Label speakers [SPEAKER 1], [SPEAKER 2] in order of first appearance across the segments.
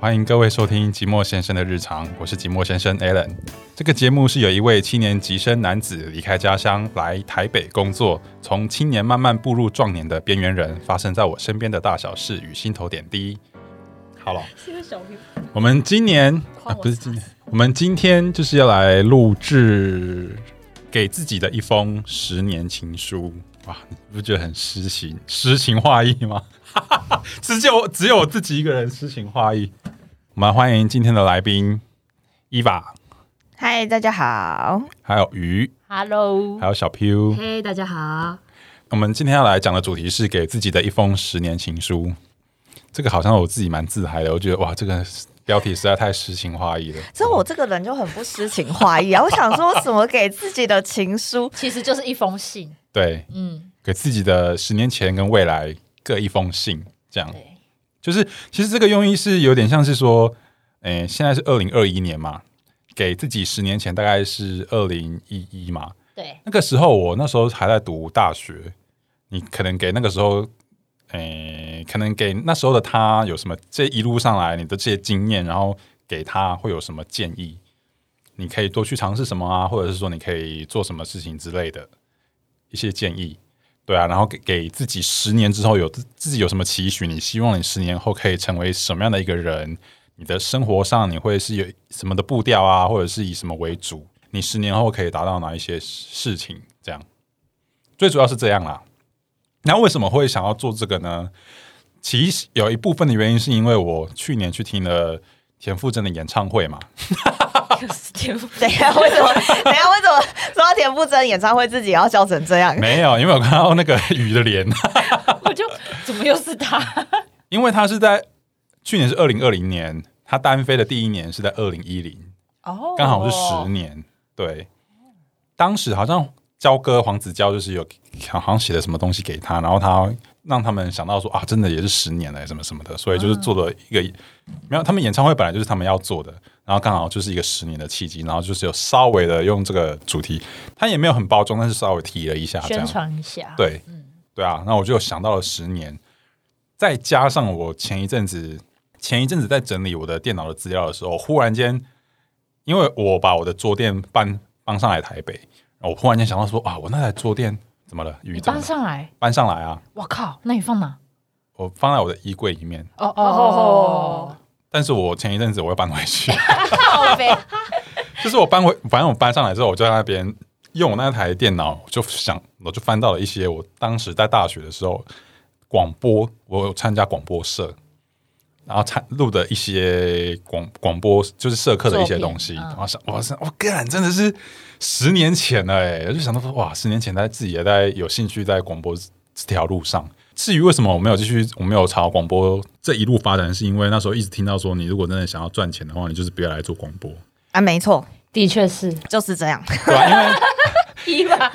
[SPEAKER 1] 欢迎各位收听寂寞先生的日常，我是寂寞先生 Alan。这个节目是有一位七年级生男子离开家乡来台北工作，从青年慢慢步入壮年的边缘人，发生在我身边的大小事与心头点滴。好了，
[SPEAKER 2] 是个小屁股
[SPEAKER 1] 我们今年、啊、不是今年，我们今天就是要来录制给自己的一封十年情书。哇，你不觉得很诗情诗情画意吗？ 只有只有我自己一个人诗情画意。我们欢迎今天的来宾伊娃，
[SPEAKER 3] 嗨，大家好。
[SPEAKER 1] 还有鱼，
[SPEAKER 2] ，Hello，
[SPEAKER 1] 还有小 Q。
[SPEAKER 4] 嘿大家好。
[SPEAKER 1] 我们今天要来讲的主题是给自己的一封十年情书。这个好像我自己蛮自嗨的，我觉得哇，这个标题实在太诗情画意了。
[SPEAKER 3] 这我这个人就很不诗情画意 啊！我想说什么给自己的情书，
[SPEAKER 4] 其实就是一封信，
[SPEAKER 1] 对
[SPEAKER 4] 嗯，
[SPEAKER 1] 给自己的十年前跟未来各一封信，这样
[SPEAKER 4] 对。
[SPEAKER 1] 就是其实这个用意是有点像是说，诶、现在是二零二一年嘛，给自己十年前大概是二零一一嘛，
[SPEAKER 4] 对，
[SPEAKER 1] 那个时候我那时候还在读大学，你可能给那个时候，诶、可能给那时候的他有什么这一路上来你的这些经验，然后给他会有什么建议？你可以多去尝试什么啊，或者是说你可以做什么事情之类的一些建议，对啊，然后给给自己十年之后有自自己有什么期许？你希望你十年后可以成为什么样的一个人？你的生活上你会是有什么的步调啊，或者是以什么为主？你十年后可以达到哪一些事情？这样，最主要是这样啦。那为什么会想要做这个呢？其实有一部分的原因是因为我去年去听了田馥甄的演唱会嘛，
[SPEAKER 3] 等一下为什么？ 等一下为什么说到田馥甄演唱会自己也要笑成这样？
[SPEAKER 1] 没有，因为我看到那个雨的脸，
[SPEAKER 4] 我就怎么又是他？
[SPEAKER 1] 因为他是在去年是二零二零年，他单飞的第一年是在二零一零，
[SPEAKER 4] 哦
[SPEAKER 1] 刚好是十年。对，当时好像焦哥黄子佼就是有好像写了什么东西给他，然后他让他们想到说啊，真的也是十年了什么什么的，所以就是做了一个、没有，他们演唱会本来就是他们要做的，然后刚好就是一个十年的契机，然后就是有稍微的用这个主题，他也没有很包装，但是稍微提了一下这
[SPEAKER 4] 宣
[SPEAKER 1] 样。
[SPEAKER 4] 传一下，，
[SPEAKER 1] 对，对啊，那我就想到了十年，再加上我前一阵子前一阵子在整理我的电脑的资料的时候，忽然间，因为我把我的桌垫搬搬上来台北，然后我忽然间想到说啊，我那台桌垫怎么了？雨
[SPEAKER 4] 你
[SPEAKER 1] 怎么
[SPEAKER 4] 搬
[SPEAKER 1] 了
[SPEAKER 4] 上来，
[SPEAKER 1] 搬上来啊？
[SPEAKER 4] 我靠，那你放哪？
[SPEAKER 1] 我放在我的衣柜里面，
[SPEAKER 4] 哦
[SPEAKER 2] 哦
[SPEAKER 4] 哦，
[SPEAKER 1] 但是我前一阵子我又搬回去，
[SPEAKER 4] 靠呗，
[SPEAKER 1] 就是我搬回，反正我搬上来之后，我就在那边用我那台电脑，我就想，我就翻到了一些我当时在大学的时候广播，我有参加广播社，然后参录的一些广广播就是社课的一些东西，
[SPEAKER 4] 作品嗯
[SPEAKER 1] 然后想，哇塞，我干，真的是十年前了哎，我就想到说，哇，十年前在自己也在有兴趣在广播这条路上。至于为什么我没有继续，我没有朝广播这一路发展，是因为那时候一直听到说，你如果真的想要赚钱的话，你就是不要来做广 播。
[SPEAKER 3] 啊，没错，
[SPEAKER 4] 的确是，
[SPEAKER 3] 就是这样。
[SPEAKER 1] 对吧、因为
[SPEAKER 4] 一吧，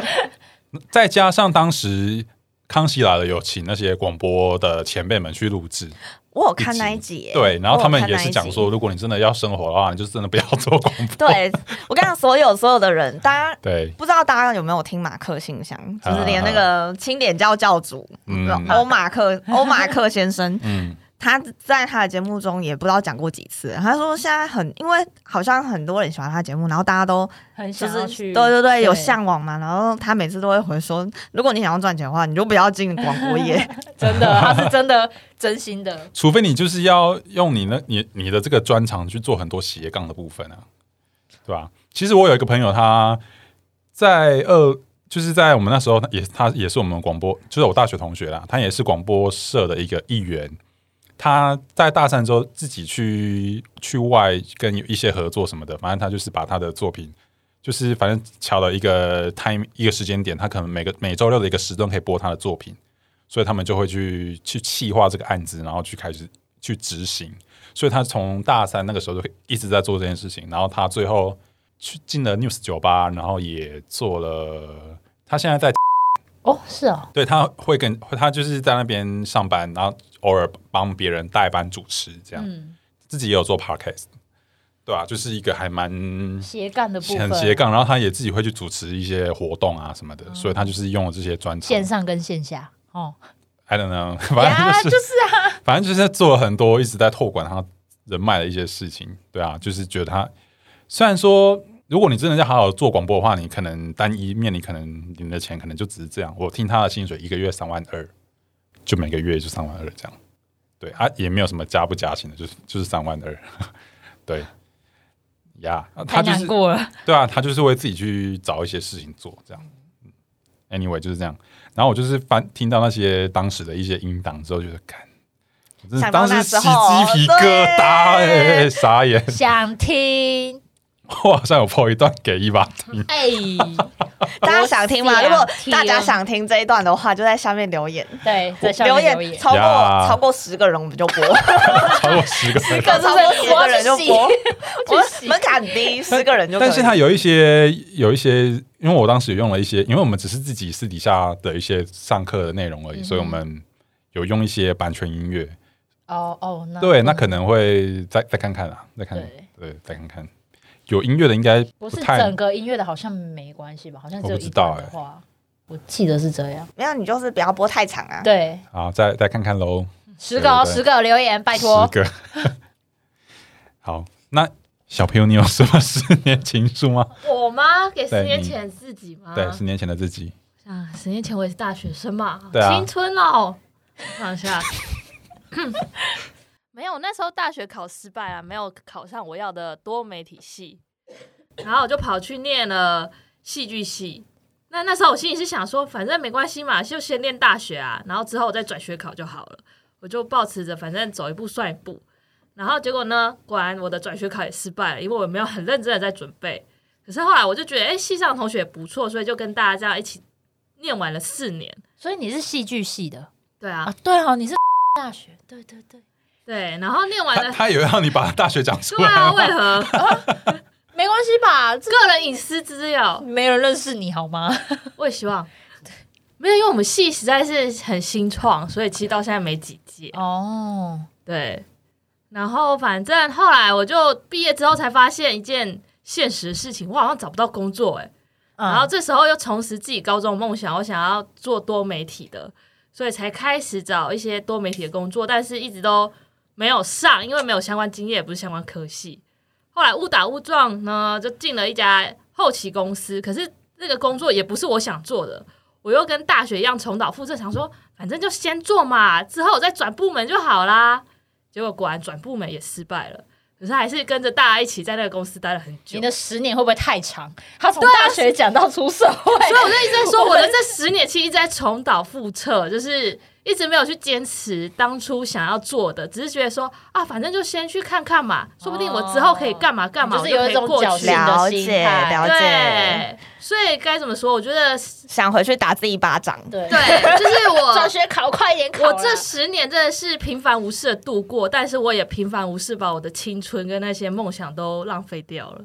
[SPEAKER 1] 再加上当时《康熙来了》有请那些广播的前辈们去录制，
[SPEAKER 3] 我有看那一集耶，
[SPEAKER 1] 对，然后他们也是讲
[SPEAKER 3] 我
[SPEAKER 1] 说，
[SPEAKER 3] 有看
[SPEAKER 1] 如果你真的要生活的话，你就真的不要做广播。
[SPEAKER 3] 那一集，对 我跟你讲，所有所有的人，大家。
[SPEAKER 1] 对，
[SPEAKER 3] 不知道大家有没有听马克信箱，就是连那个清点教教主
[SPEAKER 1] 嗯
[SPEAKER 3] 欧马克欧马克先生，
[SPEAKER 1] 嗯，
[SPEAKER 3] 他在他的节目中也不知道讲过几次。他说现在很，因为好像很多人喜欢他节目，然后大家都
[SPEAKER 4] 很
[SPEAKER 3] 就
[SPEAKER 4] 想
[SPEAKER 3] 是
[SPEAKER 4] 要去，
[SPEAKER 3] 对对对有向往嘛。然后他每次都会回说，如果你想要赚钱的话，你就不要进广播 业。
[SPEAKER 4] 真的，他是真的 真心的，
[SPEAKER 1] 除非你就是要用你那你你的这个专长去做很多斜杠的部分啊，对吧？其实我有一个朋友，他在二。就是在我们那时候，他也他也是我们广播，就是我大学同学啦，他也是广播社的一个一员。他在大三之后自己去去外跟一些合作什么的，反正他就是把他的作品，就是反正巧了一个 time 一个时间点，他可能每个每周六的一个时段可以播他的作品，所以他们就会去去企划这个案子，然后去开始去执行。所以他从大三那个时候就一直在做这件事情，然后他最后去进了 News 酒吧，然后也做了。他现在在
[SPEAKER 4] 哦，是哦，
[SPEAKER 1] 对他会跟他就是在那边上班，然后偶尔帮别人代班主持，这样、
[SPEAKER 4] 嗯，
[SPEAKER 1] 自己也有做 podcast，对吧、就是一个还蛮
[SPEAKER 4] 斜杠的部分，
[SPEAKER 1] 很斜，杠，然后他也自己会去主持一些活动啊什么的，所以他就是用了这些专长
[SPEAKER 4] 嗯线。上跟线下，哦，
[SPEAKER 1] I don't know，反正就是
[SPEAKER 4] 是啊，
[SPEAKER 1] 反正就是在做了很多一直在拓展他人脉的一些事情，对啊，就是觉得他虽然说，如果你真的要好好做广播的话，你可能单一面，你可能领的钱可能就只是这样。我听他的薪水一个月三万二，就每个月就三万二这样，对啊，也没有什么加不加薪的，就是就是三万二， 对呀，啊
[SPEAKER 4] 太
[SPEAKER 1] 他就
[SPEAKER 4] 难
[SPEAKER 1] 是
[SPEAKER 4] 过了。
[SPEAKER 1] 对啊，他就是会自己去找一些事情做，这样。嗯 Anyway，就是这样。然后我就是翻听到那些当时的一些音档之后，就是看，我真的
[SPEAKER 3] 想到
[SPEAKER 1] 当
[SPEAKER 3] 那
[SPEAKER 1] 时
[SPEAKER 3] 时
[SPEAKER 1] 起
[SPEAKER 3] 候
[SPEAKER 1] 鸡皮疙瘩，哎、
[SPEAKER 3] 对
[SPEAKER 1] 傻眼！
[SPEAKER 4] 想听，
[SPEAKER 1] 我好像有破一段给一把听，
[SPEAKER 4] 哎，
[SPEAKER 3] 大家想听吗？
[SPEAKER 4] 我
[SPEAKER 3] 如
[SPEAKER 4] 想
[SPEAKER 3] 果
[SPEAKER 4] 哦啊听
[SPEAKER 3] 大家想听这一段的话，就在下面留言，
[SPEAKER 4] 对，在下
[SPEAKER 3] 留
[SPEAKER 4] 面
[SPEAKER 3] 言
[SPEAKER 4] 留言。
[SPEAKER 3] 超过
[SPEAKER 1] 呀
[SPEAKER 3] 超过十个人我 们就播，
[SPEAKER 1] 超过十个 人。
[SPEAKER 3] 超过十个人就播，
[SPEAKER 4] 我
[SPEAKER 3] 我
[SPEAKER 4] 要去洗
[SPEAKER 3] 门槛低，十个人就可以。
[SPEAKER 1] 但是他有一些有一些，因为我当时有用了一些，因为我们只是自己私底下的一些上课的内容而已，
[SPEAKER 4] 嗯哼
[SPEAKER 1] 所以我们有用一些版权音乐。
[SPEAKER 4] 哦哦，那
[SPEAKER 1] 对，那可能会再再看看啦，再看看。
[SPEAKER 4] 对，
[SPEAKER 1] 对，再看看。有音乐的应该
[SPEAKER 4] 不
[SPEAKER 1] 不
[SPEAKER 4] 是
[SPEAKER 1] 太
[SPEAKER 4] 整个音乐的，好像没关系吧？好像只有
[SPEAKER 1] 我不
[SPEAKER 4] 一
[SPEAKER 1] 知道哎
[SPEAKER 4] 段的话，我记得是这样。
[SPEAKER 3] 没有，你就是不要播太长啊。
[SPEAKER 4] 对，
[SPEAKER 1] 好，再再看看喽，
[SPEAKER 4] 十个哦
[SPEAKER 1] 对对
[SPEAKER 4] 十个留言，拜托
[SPEAKER 1] 十。个。 好，那小朋友，你有什么十年情书吗？
[SPEAKER 2] 我吗？给
[SPEAKER 1] 对
[SPEAKER 2] 十年
[SPEAKER 1] 你
[SPEAKER 2] 前自己
[SPEAKER 4] 啊
[SPEAKER 2] 吗？
[SPEAKER 1] 对，十年前的自己，
[SPEAKER 2] 啊，十年前我也是大学生嘛，
[SPEAKER 1] 对啊
[SPEAKER 2] 青春哦。我想一下， 没有，那时候大学考失败啊了，没有考上我要的多媒体系，然后我就跑去念了戏剧系。那那时候我心里是想说，反正没关系嘛，就先念大学啊，然后之后我再转学考就好了。我就抱持着反正走一步算一步。然后结果呢，果然我的转学考也失败了，因为我没有很认真的在准备。可是后来我就觉得，哎、系上同学也不错，所以就跟大家这样一起念完了四年。
[SPEAKER 4] 所以你是戏剧系的
[SPEAKER 2] 对啊
[SPEAKER 4] 啊，？对哦，你是大学，对对对，
[SPEAKER 2] 对，然后念完
[SPEAKER 1] 他
[SPEAKER 2] 了，
[SPEAKER 1] 他有要你把大学讲出
[SPEAKER 2] 对
[SPEAKER 1] 来吗？
[SPEAKER 2] 啊，为何
[SPEAKER 4] 没关系吧？这
[SPEAKER 2] 个人隐私资料？
[SPEAKER 4] 没人认识你好吗？
[SPEAKER 2] 我也希望没有，因为我们系实在是很新创，所以其实到现在没几届。
[SPEAKER 4] 哦，
[SPEAKER 2] 对，然后反正后来我就毕业之后才发现一件现实的事情，我好像找不到工作哎、
[SPEAKER 4] 嗯
[SPEAKER 2] 然后这时候又重拾自己高中的梦想，我想要做多媒体的，所以才开始找一些多媒体的工作，但是一直都没有上，因为没有相关经验，也不是相关科系。后来误打误撞呢，就进了一家后期公司，可是那个工作也不是我想做的，我又跟大学一样重蹈覆辙，想说反正就先做嘛，之后我再转部门就好啦。结果果然转部门也失败了，可是还是跟着大家一起在那个公司待了很久
[SPEAKER 4] 你。的十年会不会太长？他从大学讲到出社会，
[SPEAKER 2] 所以我就一直在说，我的这十年期一直在重蹈覆辙，就是一直没有去坚持当初想要做的，只是觉得说啊，反正就先去看看嘛，说不定我之后可以干嘛干嘛，
[SPEAKER 4] 哦 就是
[SPEAKER 2] 啊我
[SPEAKER 4] 有
[SPEAKER 2] 可
[SPEAKER 4] 一
[SPEAKER 2] 以
[SPEAKER 4] 种
[SPEAKER 2] 过
[SPEAKER 4] 侥
[SPEAKER 2] 去
[SPEAKER 4] 幸。的
[SPEAKER 3] 了
[SPEAKER 4] 心
[SPEAKER 3] 解
[SPEAKER 4] 态
[SPEAKER 3] 了解，
[SPEAKER 2] 对，所以该怎么说？我觉得
[SPEAKER 3] 想回去打自己一巴掌。
[SPEAKER 4] 对
[SPEAKER 2] 对，就是
[SPEAKER 4] 转
[SPEAKER 2] 我。
[SPEAKER 4] 学考快一点考啦，啊
[SPEAKER 2] 我这十年真的是平凡无事的度过，但是我也平凡无事把我的青春跟那些梦想都浪费掉了。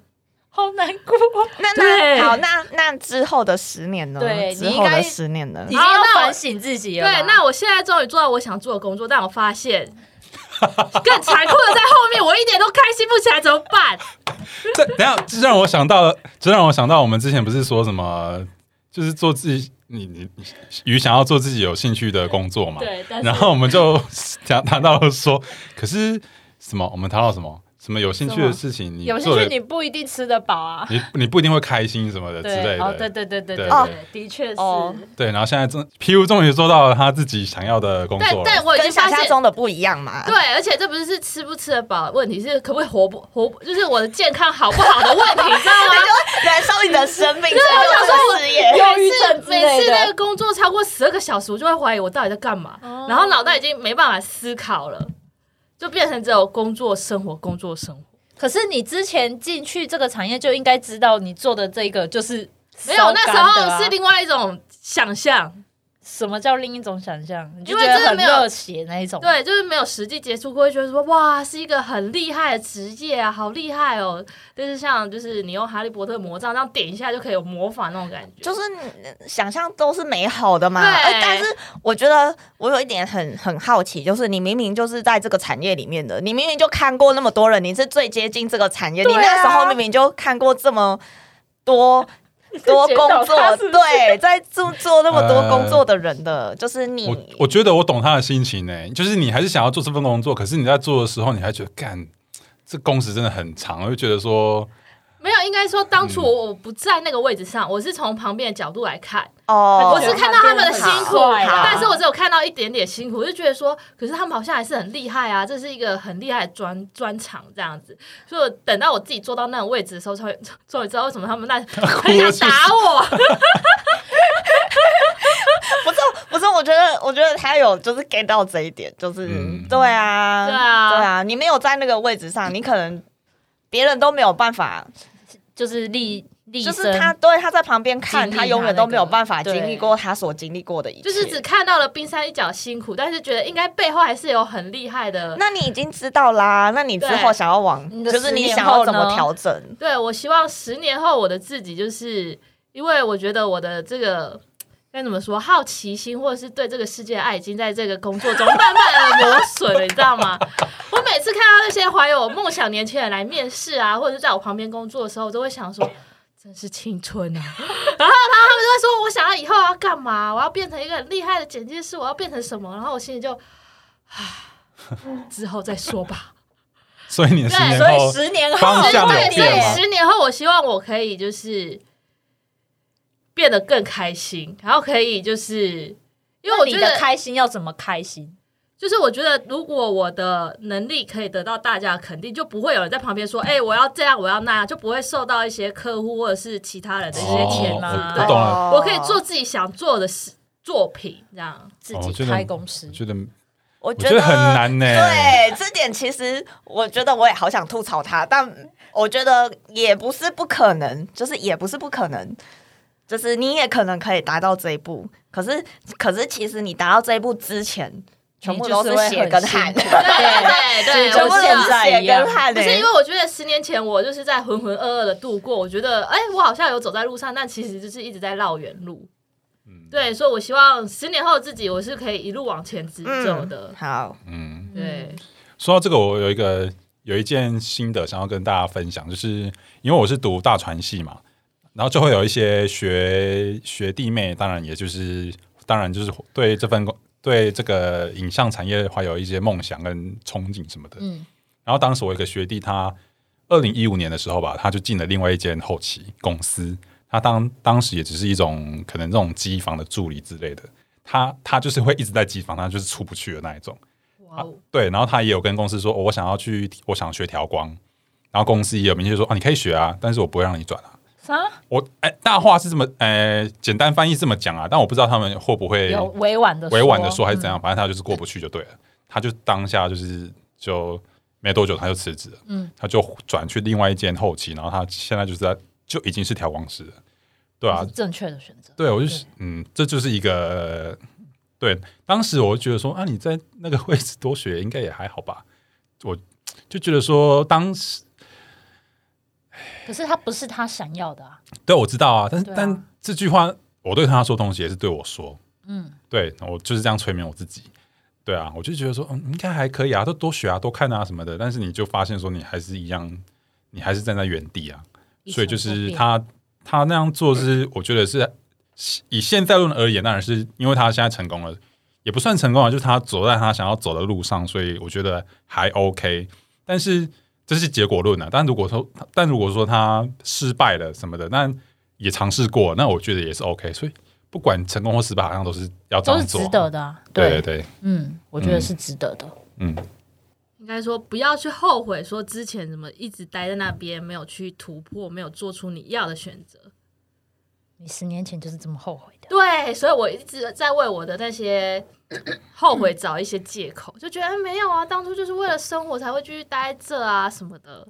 [SPEAKER 4] 好难过，
[SPEAKER 3] 那
[SPEAKER 2] 对
[SPEAKER 3] 那好，那那之后的十年呢？
[SPEAKER 4] 对
[SPEAKER 3] 之
[SPEAKER 4] 你
[SPEAKER 3] 后
[SPEAKER 4] 应
[SPEAKER 3] 的
[SPEAKER 4] 该
[SPEAKER 3] 十年呢
[SPEAKER 4] 已？经要
[SPEAKER 2] 那我
[SPEAKER 4] 反省自己了吧。
[SPEAKER 2] 对，那我现在终于做到我想做的工作，但我发现 更残酷的在后面，我一点都开心不起来，怎么办？
[SPEAKER 1] 这等一下，这让我想到了，这让我想到我们之前不是说什么，就是做自己，你你你鱼想要做自己有兴趣的工作嘛？
[SPEAKER 2] 对，但
[SPEAKER 1] 然后我们就讲谈到了说，可是什么？我们谈到什么？什么有兴趣的事情？你
[SPEAKER 4] 有兴
[SPEAKER 1] 做
[SPEAKER 4] 趣
[SPEAKER 1] 的
[SPEAKER 4] 你不一定吃得饱啊。
[SPEAKER 1] 你你不一定会开心什么的之类
[SPEAKER 4] 对，
[SPEAKER 1] 的。
[SPEAKER 4] 哦，对对对对
[SPEAKER 1] 对
[SPEAKER 4] 对
[SPEAKER 1] 哦
[SPEAKER 4] 对，的确是。
[SPEAKER 3] 哦
[SPEAKER 1] 对，然后现在终 PU 终于做到了他自己想要的工
[SPEAKER 2] 但
[SPEAKER 1] 作
[SPEAKER 2] 但
[SPEAKER 1] 了。
[SPEAKER 2] 我已
[SPEAKER 3] 跟
[SPEAKER 2] 经发
[SPEAKER 3] 想象
[SPEAKER 2] 现，
[SPEAKER 3] 中的不一样嘛。
[SPEAKER 2] 对，啊而且这不是吃不吃得饱的问题，是可不可以活不活不，就是我的健康好不好的问题，你 知道吗？
[SPEAKER 3] 燃烧你的生 命，成
[SPEAKER 2] 啊我想说
[SPEAKER 3] 就
[SPEAKER 2] 我
[SPEAKER 3] 是事业。
[SPEAKER 4] 忧郁
[SPEAKER 2] 每
[SPEAKER 4] 症
[SPEAKER 2] 次
[SPEAKER 4] 之
[SPEAKER 2] 每
[SPEAKER 4] 类
[SPEAKER 2] 次
[SPEAKER 4] 的
[SPEAKER 2] 那个工作超过十二个小时，我就会怀疑我到底在干嘛，
[SPEAKER 4] 哦
[SPEAKER 2] 然后脑袋已经没办法思考了，就变成只有工作生活工作生活。
[SPEAKER 4] 可是你之前进去这个产业就应该知道，你做的这个就是
[SPEAKER 2] 没有，那时
[SPEAKER 4] 烧干的啊
[SPEAKER 2] 候是另外一种想象，
[SPEAKER 4] 什么叫另一种想象？你就
[SPEAKER 2] 因
[SPEAKER 4] 觉
[SPEAKER 2] 为
[SPEAKER 4] 得
[SPEAKER 2] 真的
[SPEAKER 4] 很
[SPEAKER 2] 没有
[SPEAKER 4] 热血那一种。
[SPEAKER 2] 对，就是没有实际接触过，会觉得说哇，是一个很厉害的职业啊，好厉害哦。但是像就是你用哈利波特魔杖这样点一下就可以有魔法那种感觉，
[SPEAKER 3] 就是你想象都是美好的嘛。
[SPEAKER 2] 对
[SPEAKER 3] 呃但是我觉得我有一点很很好奇，就是你明明就是在这个产业里面的，你明明就看过那么多人，你是最接近这个产业，
[SPEAKER 4] 对
[SPEAKER 3] 你
[SPEAKER 4] 啊
[SPEAKER 3] 那时候明明就看过这么 多。多
[SPEAKER 4] 检讨
[SPEAKER 3] 工作
[SPEAKER 4] 他是不是
[SPEAKER 3] 对，在做做那么多
[SPEAKER 1] 呃
[SPEAKER 3] 工作的人的，就是你
[SPEAKER 1] 我我觉得我懂他的心情呢、就是你还是想要做这份工作，可是你在做的时候，你还觉得干，这工时真的很长，我就觉得说，
[SPEAKER 2] 没有，应该说当
[SPEAKER 3] 嗯
[SPEAKER 2] 初我我不在那个位置上，我是从旁边的角度来看，
[SPEAKER 3] 哦，
[SPEAKER 2] 我是看到他们的辛苦，
[SPEAKER 4] 好好
[SPEAKER 2] 但是我只有看到一点点辛苦，我就觉得说，可是他们好像还是很厉害啊，这是一个很厉害的专专长这样子。所以我等到我自己坐到那个位置的时候，才会终于知道为什么他们 那很想打我。
[SPEAKER 3] 不是不是，我觉得我觉得他有就是 get 到这一点，就是、
[SPEAKER 1] 嗯
[SPEAKER 3] 对啊
[SPEAKER 2] 对啊
[SPEAKER 3] 对啊，你没有在那个位置上，你可能别人都没有办法，
[SPEAKER 4] 就是立立
[SPEAKER 3] 就
[SPEAKER 4] 身，
[SPEAKER 3] 是他对他在旁边看，
[SPEAKER 4] 经历
[SPEAKER 3] 他永远
[SPEAKER 4] 他那
[SPEAKER 3] 都
[SPEAKER 4] 个
[SPEAKER 3] 没有办法
[SPEAKER 4] 对
[SPEAKER 3] 经历过他所经历过的一切。
[SPEAKER 2] 就是只看到了冰山一角辛苦，但是觉得应该背后还是有很厉害的。
[SPEAKER 3] 那你已经知道啦，那你之后
[SPEAKER 2] 对
[SPEAKER 3] 想要往
[SPEAKER 4] 你，的
[SPEAKER 3] 就是
[SPEAKER 4] 十
[SPEAKER 3] 你
[SPEAKER 4] 年
[SPEAKER 3] 想要
[SPEAKER 4] 后
[SPEAKER 3] 怎么
[SPEAKER 4] 呢
[SPEAKER 3] 调整？
[SPEAKER 2] 对我希望十年后我的自己，就是因为我觉得我的这个。该怎么说？好奇心或者是对这个世界的爱，已经在这个工作中慢慢的磨损了，你知道吗？我每次看到那些怀有梦想年轻人来面试啊，或者是在我旁边工作的时候，我都会想说，真是青春啊！ 然后他们就会说，我想要以后要干嘛？我要变成一个很厉害的剪辑师，我要变成什么？然后我心里就， 啊，之后再说吧。
[SPEAKER 1] 所以你的十
[SPEAKER 2] 对
[SPEAKER 1] 年
[SPEAKER 4] 所以
[SPEAKER 1] 后
[SPEAKER 4] 十年后
[SPEAKER 1] 方向有
[SPEAKER 2] 对，所
[SPEAKER 1] 变
[SPEAKER 2] 以
[SPEAKER 1] 吗？
[SPEAKER 2] 十年后，我希望我可以就是变得更开心，然后可以就是因为
[SPEAKER 4] 那
[SPEAKER 2] 我
[SPEAKER 4] 你
[SPEAKER 2] 觉
[SPEAKER 4] 的
[SPEAKER 2] 得，
[SPEAKER 4] 开心要怎么开心？
[SPEAKER 1] 哦
[SPEAKER 2] 就是我觉得如果我的能力可以得到大家的肯定，就不会有人在旁边说：“哎、我要这样，我要那样”，就不会受到一些客户或者是其他人的一些哦
[SPEAKER 1] 哦
[SPEAKER 2] 钱
[SPEAKER 4] 嘛
[SPEAKER 1] 我
[SPEAKER 2] 对
[SPEAKER 1] 我懂了，
[SPEAKER 2] 我可以做，自己想做的事作品，这样。
[SPEAKER 4] 自
[SPEAKER 1] 哦
[SPEAKER 4] 己
[SPEAKER 1] 我觉得
[SPEAKER 4] 开公司
[SPEAKER 1] 我，觉得
[SPEAKER 3] 我
[SPEAKER 1] 我觉得很难呢
[SPEAKER 3] 对，这点其实我觉得我也好想吐槽他，但我觉得也不是不可能，就是也不是不可能，就是你也可能可以达到这一步。可是，可是其实你达到这一步之前，全部都
[SPEAKER 4] 你就是会
[SPEAKER 3] 血
[SPEAKER 4] 很
[SPEAKER 3] 跟汗，
[SPEAKER 4] 辛苦
[SPEAKER 2] 对对对，
[SPEAKER 4] 就
[SPEAKER 2] 我
[SPEAKER 3] 全部
[SPEAKER 2] 知道
[SPEAKER 3] 都
[SPEAKER 4] 现
[SPEAKER 3] 是
[SPEAKER 4] 在
[SPEAKER 3] 血
[SPEAKER 4] 一样
[SPEAKER 3] 跟汗、
[SPEAKER 2] 不
[SPEAKER 3] 欸。
[SPEAKER 2] 是因为我觉得十年前我就是在浑浑噩噩的度过，我觉得哎、我好像有走在路上，但其实就是一直在绕远路。对，所以我希望十年后的自己，我是可以一路往前直走的
[SPEAKER 3] 嗯、。好，
[SPEAKER 1] 嗯，
[SPEAKER 2] 对，
[SPEAKER 1] 说到这个，我有一个有一件心得想要跟大家分享，就是因为我是读大传系嘛，然后就会有一些学学弟妹，当然也就是当然就是对这份工对这个影像产业怀有一些梦想跟憧憬什么的。
[SPEAKER 4] 嗯
[SPEAKER 1] 然后当时我有一个学弟他。二零一五年的时候吧，他就进了另外一间后期公司。他当当时也只是一种可能这种机房的助理之类的。他他就是会一直在机房，他就是出不去的那一种。
[SPEAKER 2] 哇哦，
[SPEAKER 1] 对，然后他也有跟公司说，哦我想要去，我想学调光，然后公司也有明确说，哦，你可以学啊，但是我不会让你转啊。
[SPEAKER 4] 啥
[SPEAKER 1] 我哎，大话是这么，呃，简单翻译是这么讲啊，但我不知道他们会不会
[SPEAKER 4] 有嗯委婉的
[SPEAKER 1] 委婉的说还是怎样，反正他就是过不去就对了。他就当下就是就没多久他就辞职了，
[SPEAKER 4] 嗯，
[SPEAKER 1] 他就转去另外一间后期，然后他现在就是在就已经是调光师了，对啊
[SPEAKER 4] 哦是，正确的选择。
[SPEAKER 1] 对，我就是嗯，这就是一个对。当时我就觉得说啊，你在那个位置多学应该也还好吧。我就觉得说，当时
[SPEAKER 4] 可是他不是他想要的啊，
[SPEAKER 1] 对我知道啊，但是、
[SPEAKER 4] 对啊
[SPEAKER 1] 但这句话我对他说东西也是对我说，
[SPEAKER 4] 嗯，
[SPEAKER 1] 对我就是这样催眠我自己。对啊，我就觉得说，嗯，应该还可以啊，都多学啊，多看啊什么的。但是你就发现说，你还是一样，你还是站在原地啊。所以就
[SPEAKER 4] 一成
[SPEAKER 1] 是
[SPEAKER 4] 不变
[SPEAKER 1] 他他那样做是，我觉得是以现在论而言，当然是因为他现在成功了，也不算成功啊，就是他走在他想要走的路上，所以我觉得还 OK。但是这是结果论啊，但如果说但如果说他失败了什么的，那也尝试过，那我觉得也是 OK。所以不管成功或失败，好像都是要这
[SPEAKER 4] 都
[SPEAKER 1] 样
[SPEAKER 4] 是
[SPEAKER 1] 做，
[SPEAKER 4] 值得的啊。
[SPEAKER 1] 对对对，
[SPEAKER 4] 嗯，我觉得是值得的。
[SPEAKER 1] 嗯，
[SPEAKER 2] 应该说不要去后悔，说之前怎么一直待在那边，没有去突破，没有做出你要的选择。
[SPEAKER 4] 你十年前就是这么后悔的，
[SPEAKER 2] 对，所以我一直在为我的 那些后悔找一些借口，就觉得、哎没有啊，当初就是为了生活才会继续待在这啊什么的。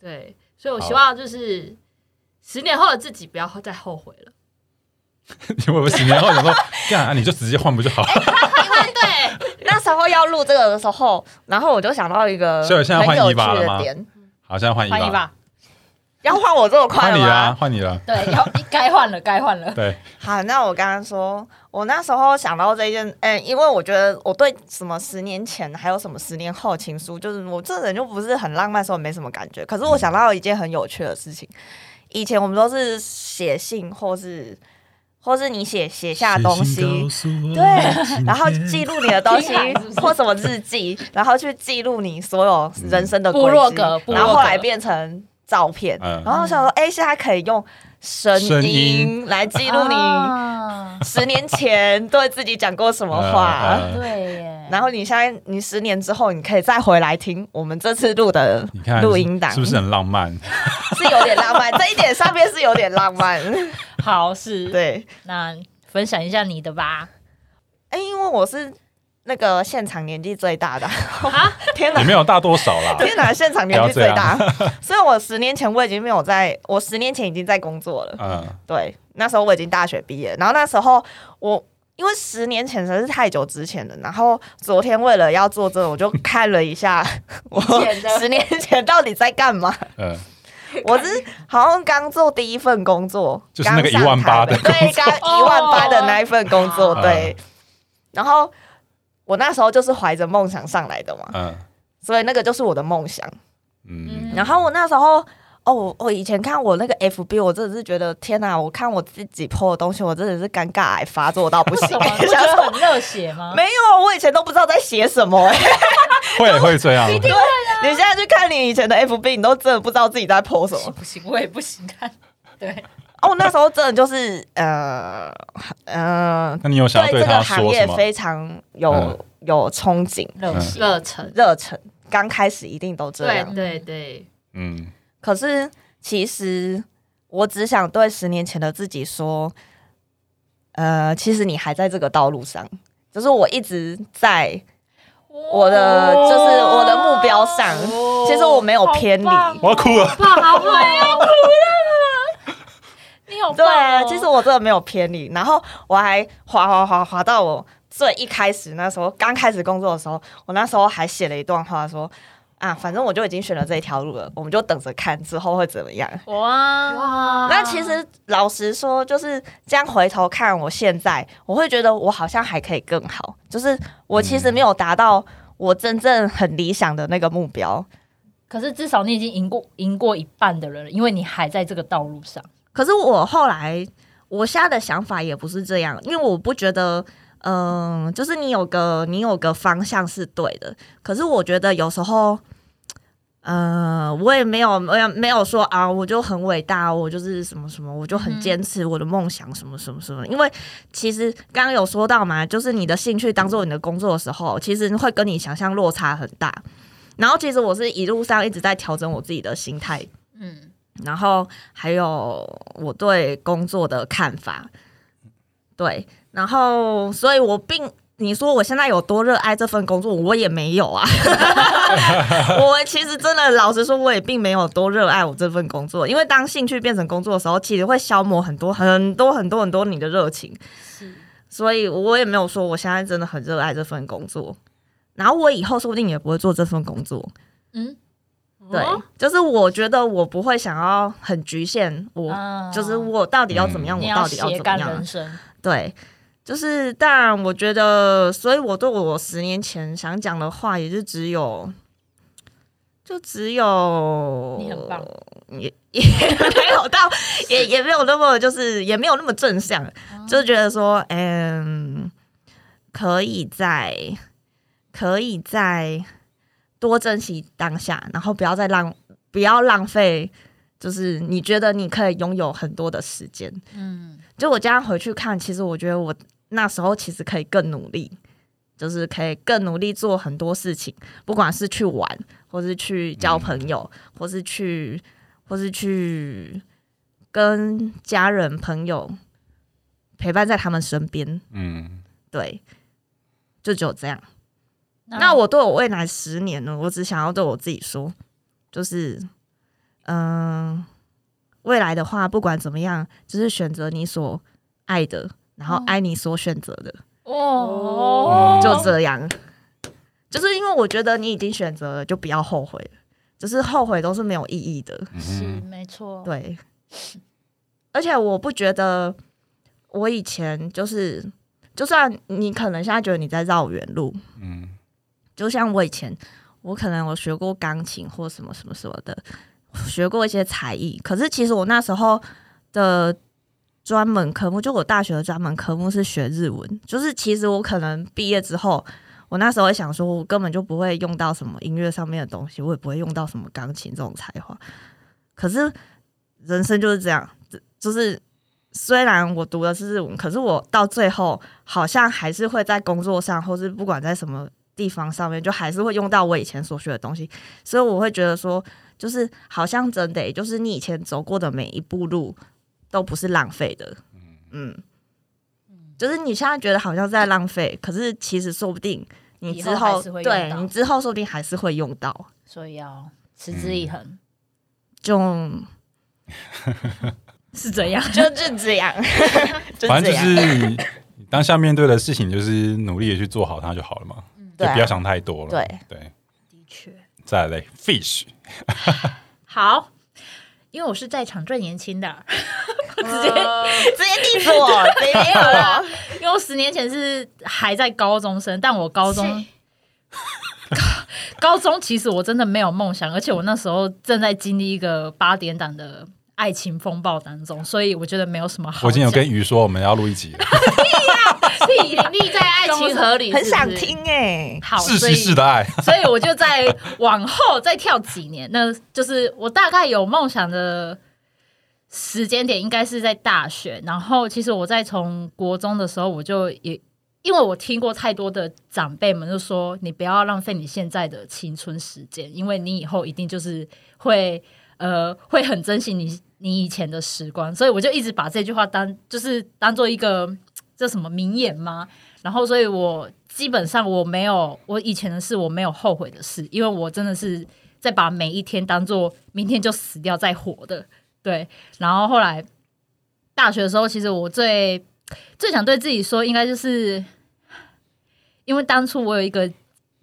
[SPEAKER 2] 对，所以我希望就是十年后的自己不要再后悔了。
[SPEAKER 1] 因为我十年后想说，这样啊，你就直接换不就好了？
[SPEAKER 2] 对，
[SPEAKER 3] 那时候要录这个的时候，然后我就想到一个
[SPEAKER 1] 所以现在
[SPEAKER 3] 很
[SPEAKER 1] 换
[SPEAKER 3] 有
[SPEAKER 1] 伊
[SPEAKER 3] 趣
[SPEAKER 1] 娃了吗
[SPEAKER 3] 的点，
[SPEAKER 1] 好，现在换一
[SPEAKER 4] 换一
[SPEAKER 1] 吧，
[SPEAKER 4] 把，
[SPEAKER 3] 要换我这么快
[SPEAKER 1] 换
[SPEAKER 3] 了
[SPEAKER 1] 你啊
[SPEAKER 3] 吗？
[SPEAKER 1] 啦，换你了，
[SPEAKER 4] 对，要该换了，该换了。
[SPEAKER 1] 对，
[SPEAKER 3] 好，那我刚刚说，我那时候想到这一件，嗯、因为我觉得我对什么十年前还有什么十年后的情书，就是我这人就不是很浪漫，所以没什么感觉。可是我想到一件很有趣的事情，以前我们都是写信或是或是你写写下东西，对
[SPEAKER 1] 对，
[SPEAKER 3] 然后记录你的东 西
[SPEAKER 4] 天啊是不是
[SPEAKER 3] 或什么日记，然后去记录你所有人生的轨迹
[SPEAKER 4] 部落格部落格
[SPEAKER 3] 然后后来变成照片，
[SPEAKER 1] 嗯
[SPEAKER 3] 然后我想说，哎、现在可以用声
[SPEAKER 1] 声
[SPEAKER 3] 音
[SPEAKER 1] 音
[SPEAKER 3] 来 记录你
[SPEAKER 4] 啊
[SPEAKER 3] 十年 前对自己讲过什么话。
[SPEAKER 1] 嗯嗯
[SPEAKER 4] 对 耶，
[SPEAKER 3] 然后你现在，你十年之后，你可以再回来听我们这次录的
[SPEAKER 1] 你看
[SPEAKER 3] 录音档，
[SPEAKER 1] 是不是很浪漫？
[SPEAKER 3] 是有点浪漫？ 这一点上面是有点浪漫，
[SPEAKER 4] 好是，
[SPEAKER 3] 对。
[SPEAKER 4] 那分享一下你的吧。
[SPEAKER 3] 哎、因为我是那个现场年纪最大的，
[SPEAKER 4] 啊
[SPEAKER 3] 天哪
[SPEAKER 1] 也！没有大多少 啦，
[SPEAKER 3] 天哪，现场年纪最大， 所以我十年前我已经没有在，我十年前已经在工作了。
[SPEAKER 1] 嗯，
[SPEAKER 3] 对，那时候我已经大学毕业，然后那时候我因为十年前实在是太久之前了，然后昨天为了要做这个，我就看了一下 我
[SPEAKER 4] 前的
[SPEAKER 3] 十年前到底在干嘛。
[SPEAKER 1] 嗯，
[SPEAKER 3] 我是好像刚做第一份工作，
[SPEAKER 1] 就是那个
[SPEAKER 3] 刚上台
[SPEAKER 1] 18,000
[SPEAKER 3] 北
[SPEAKER 1] 的工
[SPEAKER 3] 对，刚一万八的那一份工作，
[SPEAKER 1] 哦
[SPEAKER 3] 对。然后我那时候就是怀着梦想上来的嘛，
[SPEAKER 1] 嗯
[SPEAKER 3] 所以那个就是我的梦想。
[SPEAKER 1] 嗯，
[SPEAKER 3] 然后我那时候，哦，我我以前看我那个 FB，我真的是觉得天哪！我看我自己 PO 的东西，我真的是尴尬癌发作到不行。
[SPEAKER 4] 什么？不觉
[SPEAKER 3] 想
[SPEAKER 4] 得
[SPEAKER 3] 说
[SPEAKER 4] 很热血吗？
[SPEAKER 3] 没有，啊我以前都不知道在写什么、哎
[SPEAKER 1] 会会这样，
[SPEAKER 3] 你现在去看你以前的 FB，你都真的不知道自己在 PO 什
[SPEAKER 4] 不
[SPEAKER 3] 么
[SPEAKER 4] 行。不行，我也不行看。对，
[SPEAKER 3] 哦，我那时候真的就是呃呃，
[SPEAKER 1] 那你有想要
[SPEAKER 3] 对这
[SPEAKER 1] 他
[SPEAKER 3] 个行
[SPEAKER 1] 说什
[SPEAKER 3] 业
[SPEAKER 1] 么？
[SPEAKER 3] 非常有、
[SPEAKER 1] 嗯
[SPEAKER 3] 有憧憬、
[SPEAKER 4] 热血。
[SPEAKER 2] 热忱，
[SPEAKER 3] 热忱。刚开始一定都这
[SPEAKER 2] 对
[SPEAKER 3] 样，
[SPEAKER 2] 对对，
[SPEAKER 1] 嗯，
[SPEAKER 3] 可是其实我只想对十年前的自己说，呃，其实你还在这个道路上，就是我一直在我的就是我的目标上，
[SPEAKER 4] 哦
[SPEAKER 3] 其实我没有偏离。
[SPEAKER 1] 我要哭 了，
[SPEAKER 2] 哇，好美哦！
[SPEAKER 4] 你有
[SPEAKER 3] 对啊，其实我真的没有偏离。然后我还滑滑滑滑到我最一开始那时候刚开始工作的时候，我那时候还写了一段话说啊，反正我就已经选了这一条路了，我们就等着看之后会怎么样。
[SPEAKER 4] 哇
[SPEAKER 2] 哦哇
[SPEAKER 3] 那其实老实说，就是这样回头看我现在，我会觉得我好像还可以更好。就是我其实没有达到我真正很理想的那个目标，
[SPEAKER 4] 可是至少你已经赢过赢过一半的人了，因为你还在这个道路上。
[SPEAKER 3] 可是我后来，我现在的想法也不是这样，因为我不觉得，嗯、就是你有个你有个方向是对的。可是我觉得有时候，呃，我也没有没有没有说啊，我就很伟大，我就是什么什么，我就很坚持我的梦想什么什么什么。因为其实刚刚有说到嘛，就是你的兴趣当做你的工作的时候，其实会跟你想象落差很大。然后其实我是一路上一直在调整我自己的心态，
[SPEAKER 4] 嗯，
[SPEAKER 3] 然后还有我对工作的看法，对，然后所以我并你说我现在有多热爱这份工作，我也没有啊。 我其实真的老实说，我也并没有多热爱我这份工作，因为当兴趣变成工作的时候，其实会消磨很多很多很多很多你的热情。
[SPEAKER 4] 是
[SPEAKER 3] 所以我也没有说我现在真的很热爱这份工作，然后我以后说不定也不会做这份工作。
[SPEAKER 4] 嗯，
[SPEAKER 3] 对，
[SPEAKER 2] 哦
[SPEAKER 3] 就是我觉得我不会想要很局限我，
[SPEAKER 4] 啊
[SPEAKER 3] 就是我到底要怎么样，
[SPEAKER 4] 你
[SPEAKER 3] 我到底要
[SPEAKER 4] 斜
[SPEAKER 3] 怎么
[SPEAKER 4] 杠
[SPEAKER 3] 样啊
[SPEAKER 4] 人？生。
[SPEAKER 3] 对，就是当然，我觉得，所以我对我十年前想讲的话，也就只有，就只有
[SPEAKER 4] 你很棒，
[SPEAKER 3] 也也没有到，也也没有那么就是也没有那么正向，
[SPEAKER 4] 哦
[SPEAKER 3] 就觉得说，嗯，可以在可以在多珍惜当下，然后不要再浪不要浪费，就是你觉得你可以拥有很多的时间，
[SPEAKER 4] 嗯，
[SPEAKER 3] 就我这样回去看，其实我觉得我那时候其实可以更努力，就是可以更努力做很多事情，不管是去玩，或是去交朋友，或是去，或是去跟家人朋友陪伴在他们身边，
[SPEAKER 1] 嗯，
[SPEAKER 3] 对，就只有这样。
[SPEAKER 4] 嗯
[SPEAKER 3] 那我对我未来十年呢，我只想要对我自己说，就是，嗯、未来的话，不管怎么样，就是选择你所爱的，然后爱你所选择的，
[SPEAKER 4] 哦，
[SPEAKER 3] 就这样。就是因为我觉得你已经选择了，就不要后悔了，就是后悔都是没有意义的。
[SPEAKER 1] 嗯
[SPEAKER 4] 是没错。
[SPEAKER 3] 对，而且我不觉得我以前就是，就算你可能现在觉得你在绕远路，
[SPEAKER 1] 嗯
[SPEAKER 3] 就像我以前，我可能我学过钢琴或什么什么什么的，学过一些才艺，可是其实我那时候的专门科目，就我大学的专门科目是学日文，就是其实我可能毕业之后。我那时候也想说，我根本就不会用到什么音乐上面的东西，我也不会用到什么钢琴这种才华。可是人生就是这样，这就是虽然我读的是日文，可是我到最后好像还是会在工作上，或是不管在什么地方上面，就还是会用到我以前所学的东西。所以我会觉得说，就是好像真的欸、就是你以前走过的每一步路都不是浪费的，嗯。就是你现在觉得好像在浪费，可是其实说不定你
[SPEAKER 4] 以
[SPEAKER 3] 之
[SPEAKER 4] 后还
[SPEAKER 3] 后
[SPEAKER 4] 是会用
[SPEAKER 3] 对
[SPEAKER 4] 到
[SPEAKER 3] 你之后说不定还是会用到，
[SPEAKER 4] 所以要持之以
[SPEAKER 1] 嗯
[SPEAKER 4] 恒，
[SPEAKER 3] 就是
[SPEAKER 4] 怎 样？
[SPEAKER 3] 就是这样，就
[SPEAKER 1] 反
[SPEAKER 3] 这
[SPEAKER 1] 正就
[SPEAKER 3] 样，
[SPEAKER 1] 是 你你当下面对的事情，就是努力的去做好它就好了嘛，
[SPEAKER 3] 对
[SPEAKER 1] 就
[SPEAKER 3] 啊
[SPEAKER 1] 不要想太多了。
[SPEAKER 3] 对
[SPEAKER 1] 对，
[SPEAKER 4] 的确，
[SPEAKER 1] 再来嘞，fish，
[SPEAKER 4] 好，因为我是在场最年轻的，
[SPEAKER 2] 直接
[SPEAKER 3] 直接 diss 我，直接 diss 我，
[SPEAKER 4] 因为我十年前是还在高中生，但我高中
[SPEAKER 2] 是。
[SPEAKER 4] 高中其实我真的没有梦想，而且我那时候正在经历一个八点档的爱情风暴当中，所以我觉得没有什么好讲。
[SPEAKER 1] 我已经有跟鱼说我们要录一集了，
[SPEAKER 4] 屁啦
[SPEAKER 2] 立在爱情河里，
[SPEAKER 3] 很想
[SPEAKER 2] 是不是。
[SPEAKER 3] 听哎、
[SPEAKER 4] 好，
[SPEAKER 1] 窒
[SPEAKER 4] 所
[SPEAKER 1] 息
[SPEAKER 4] 以
[SPEAKER 1] 式的爱，
[SPEAKER 4] 所以我就在往后再跳几年，那就是我大概有梦想的时间点应该是在大学。然后其实我在从国中的时候，我就也因为我听过太多的长辈们就说，你不要浪费你现在的青春时间，因为你以后一定就是会呃会很珍惜你你以前的时光。所以我就一直把这句话当就是当做一个这什么名言吗？然后，所以我基本上我没有我以前的事，我没有后悔的事，因为我真的是在把每一天当做明天就死掉再活的。对，然后后来大学的时候，其实我最最想对自己说，应该就是因为当初我有一个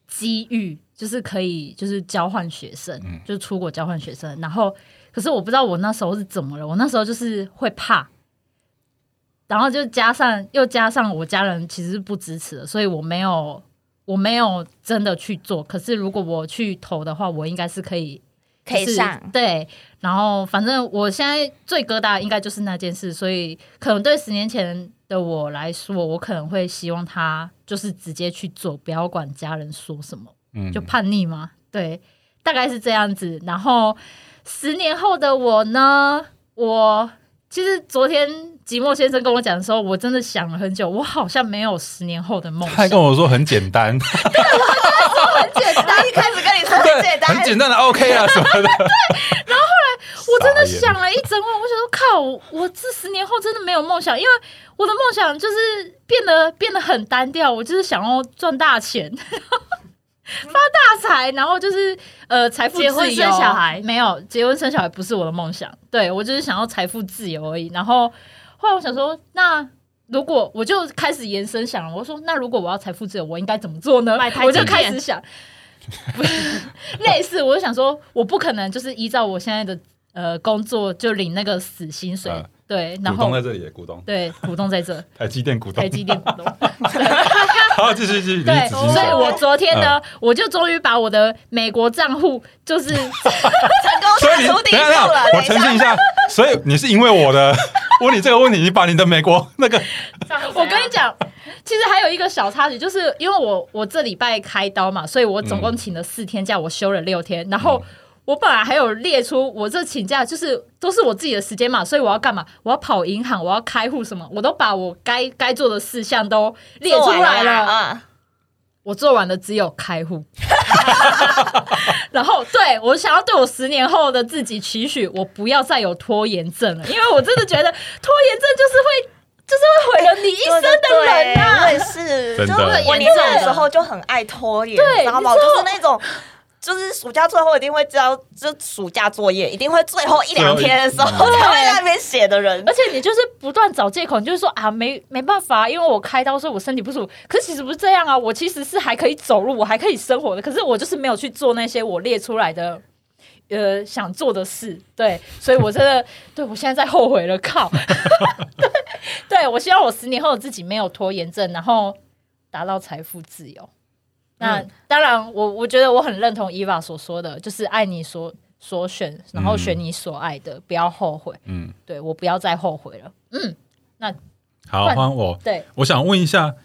[SPEAKER 4] 机遇，就是可以就是交换学生，
[SPEAKER 1] 嗯
[SPEAKER 4] 就是出国交换学生。然后，可是我不知道我那时候是怎么了，我那时候就是会怕，然后就加上又加上我家人其实是不支持的，所以我没有我没有真的去做。可是如果我去投的话，我应该是可以
[SPEAKER 3] 可以
[SPEAKER 4] 就是
[SPEAKER 3] 上
[SPEAKER 4] 对。然后反正我现在最疙瘩应该就是那件事，所以可能对十年前的我来说，我可能会希望他就是直接去做，不要管家人说什么。
[SPEAKER 1] 嗯，
[SPEAKER 4] 就叛逆嘛，对，大概是这样子。然后十年后的我呢，我其实昨天寂寞先生跟我讲的时候，我真的想了很久，我好像没有十年后的梦
[SPEAKER 1] 他还
[SPEAKER 4] 想
[SPEAKER 1] 跟。我说很简单，
[SPEAKER 3] 简单，一开始跟你说很简 单，
[SPEAKER 1] 很简单的 OK 啊什么的。对，然后后来
[SPEAKER 4] 我真的想了一整晚，我想说，靠，我我这十年后真的没有梦想，因为我的梦想就是变得变得很单调，我就是想要赚大钱， 发大财，然后就是呃财富自由
[SPEAKER 2] 结婚生小孩
[SPEAKER 4] 没有结婚生小孩不是我的梦想，对我就是想要财富自由而已。然后后来我想说，那。如果我就开始延伸想了，我说那如果我要财富自由，我应该怎么做呢
[SPEAKER 2] 买？台积
[SPEAKER 4] 我就
[SPEAKER 2] 电
[SPEAKER 4] 开始想，类似，我就想说，我不可能就是依照我现在的呃工作就领那个死薪水，
[SPEAKER 1] 嗯
[SPEAKER 4] 对，然
[SPEAKER 1] 股东在
[SPEAKER 4] 后
[SPEAKER 1] 这里，股东，
[SPEAKER 4] 对股东 在这，
[SPEAKER 1] 台积电股东
[SPEAKER 4] 台，积电股东，
[SPEAKER 1] 好，继续继续， 你
[SPEAKER 4] 对，
[SPEAKER 1] 仔细
[SPEAKER 4] 所以
[SPEAKER 1] 说。
[SPEAKER 4] 我昨天呢，
[SPEAKER 1] 嗯
[SPEAKER 4] 我就终于把我的美国账户就是
[SPEAKER 3] 成功
[SPEAKER 1] 所以你
[SPEAKER 3] 出
[SPEAKER 1] 等
[SPEAKER 3] 底
[SPEAKER 1] 一下，等一
[SPEAKER 3] 裤了
[SPEAKER 1] 下，我
[SPEAKER 3] 等
[SPEAKER 1] 澄
[SPEAKER 3] 一
[SPEAKER 1] 清一
[SPEAKER 3] 下，
[SPEAKER 1] 下，所以你是因为我的问你这个问题，你把你的美国 那个
[SPEAKER 4] 我跟你讲， 其实还有一个小插曲，就是因为我我这礼拜开刀嘛，所以我总共请了四天假，我休了六天，然后。我本来还有列出我这请假就是都是我自己的时间嘛，所以我要干嘛？我要跑银行，我要开户什么，我都把我该该做的事项都列出来了。
[SPEAKER 3] 啊，
[SPEAKER 4] 我做完的只有开户， 然后对我想要对我十年后的自己期许，我不要再有拖延症了，因为我真的觉得拖延症就是会就是会毁了你一
[SPEAKER 3] 一
[SPEAKER 4] 生的人啊呐、
[SPEAKER 3] 我也是，
[SPEAKER 1] 真的
[SPEAKER 3] 就是我年轻的时候就很爱拖延，
[SPEAKER 4] 对
[SPEAKER 3] 你知道吗？我
[SPEAKER 4] 你知道
[SPEAKER 3] 就是那种。就是暑假最后一定会交，就暑假作业一定会最后一两天的时候
[SPEAKER 4] 最后一
[SPEAKER 3] 才会在那边写的人
[SPEAKER 4] 而，且你就是不断找借口，你就是说啊，没没办法，因为我开刀，所以我身体不舒服。可是其实不是这样啊，我其实是还可以走路，我还可以生活的。可是我就是没有去做那些我列出来的，呃，想做的事。对，所以我真的对我现在在后悔了，靠！ 对，对我希望我十年后的自己没有拖延症，然后达到财富自由。那、当然我，我觉得我很认同伊娃所说的，就是爱你所所选，然后选你所爱的，不要后悔。
[SPEAKER 1] 嗯，
[SPEAKER 4] 对我不要再后悔了。嗯，那
[SPEAKER 1] 好，
[SPEAKER 4] 换
[SPEAKER 1] 换我。
[SPEAKER 4] 对，
[SPEAKER 1] 我想问一下，